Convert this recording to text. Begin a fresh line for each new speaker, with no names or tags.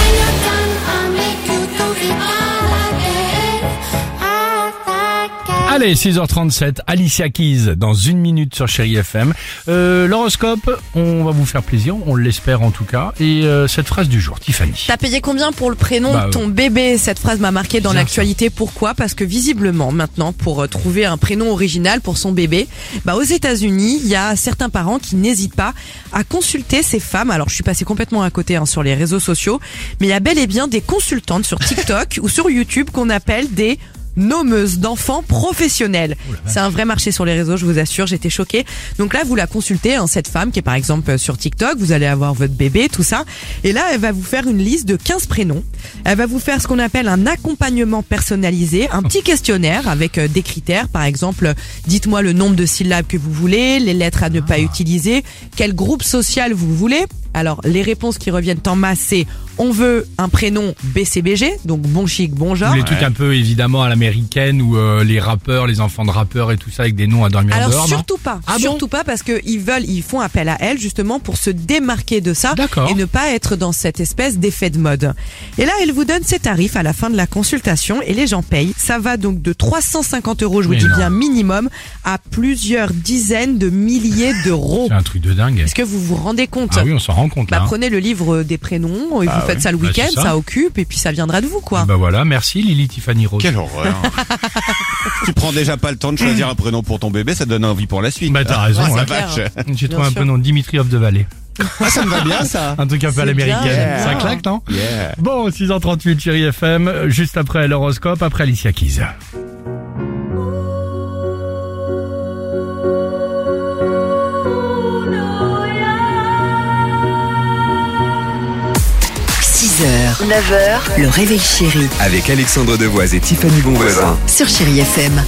done, I'll make you do it all again. I like it.
Allez, 6h37, Alicia Keys dans une minute sur Chéri FM. Euh, L'horoscope, on va vous faire plaisir, on l'espère en tout cas. Et euh, cette phrase du jour, Tiffany.
T'as payé combien pour le prénom
Bah,
de ton bébé Cette phrase m'a marqué dans
Bizarre,
l'actualité. Pourquoi Parce que visiblement, maintenant, pour euh, trouver un prénom original pour son bébé, bah aux États-Unis, il y a certains parents qui n'hésitent pas à consulter ces femmes. Alors, je suis passée complètement à côté hein, sur les réseaux sociaux, mais il y a bel et bien des consultantes sur TikTok ou sur YouTube qu'on appelle des nommeuse d'enfants professionnels. C'est un vrai marché sur les réseaux, je vous assure, j'étais choquée. Donc là, vous la consultez, hein, cette femme qui est par exemple euh, sur TikTok, vous allez avoir votre bébé, tout ça. Et là, elle va vous faire une liste de 15 prénoms. Elle va vous faire ce qu'on appelle un accompagnement personnalisé, un petit questionnaire avec euh, des critères, par exemple, euh, dites-moi le nombre de syllabes que vous voulez, les lettres à ne pas utiliser, quel groupe social vous voulez. Alors, les réponses qui reviennent en masse, c'est on veut un prénom BCBG, donc bon chic, bon genre.
Les trucs un peu évidemment à l'américaine où euh, les rappeurs, les enfants de rappeurs et tout ça avec des noms à dormir
Alors
dehors. non
surtout pas,
Ah bon
surtout pas parce que ils veulent, ils font appel à elle justement pour se démarquer de ça
D'accord.
et ne pas être dans cette espèce d'effet de mode. Et là, elle vous donne ses tarifs à la fin de la consultation et les gens payent. Ça va donc de 350 euros, je vous
Mais
dis
non.
bien minimum, à plusieurs dizaines de milliers d'euros.
C'est un truc de dingue.
Est-ce que vous vous rendez compte
Ah oui, on s'en rend compte
Bah
là. hein.
prenez le livre des prénoms et vous faites ça le
Bah,
week-end,
c'est ça.
ça. occupe et puis ça viendra de vous quoi.
Bah voilà, merci Lily Tiffany Rose.
Quelle horreur Tu prends déjà pas le temps de choisir un prénom pour ton bébé, ça donne envie pour la suite.
Bah, t'as raison,
Ah, ça
ouais.
vache.
J'ai trouvé
Bien
un
sûr.
prénom Dimitriov de Vallée.
Ah, ça me va bien ça
Un truc un peu à
C'est bien,
l'américaine.
j'aime
Ça
bien.
claque, non
Yeah
Bon, 6h38, Chéri FM, euh, juste après l'horoscope, après Alicia Keys.
h 9h, le réveil chéri
Avec Alexandre Devoise et Tiffany Bonvoisin.
sur Chéri FM.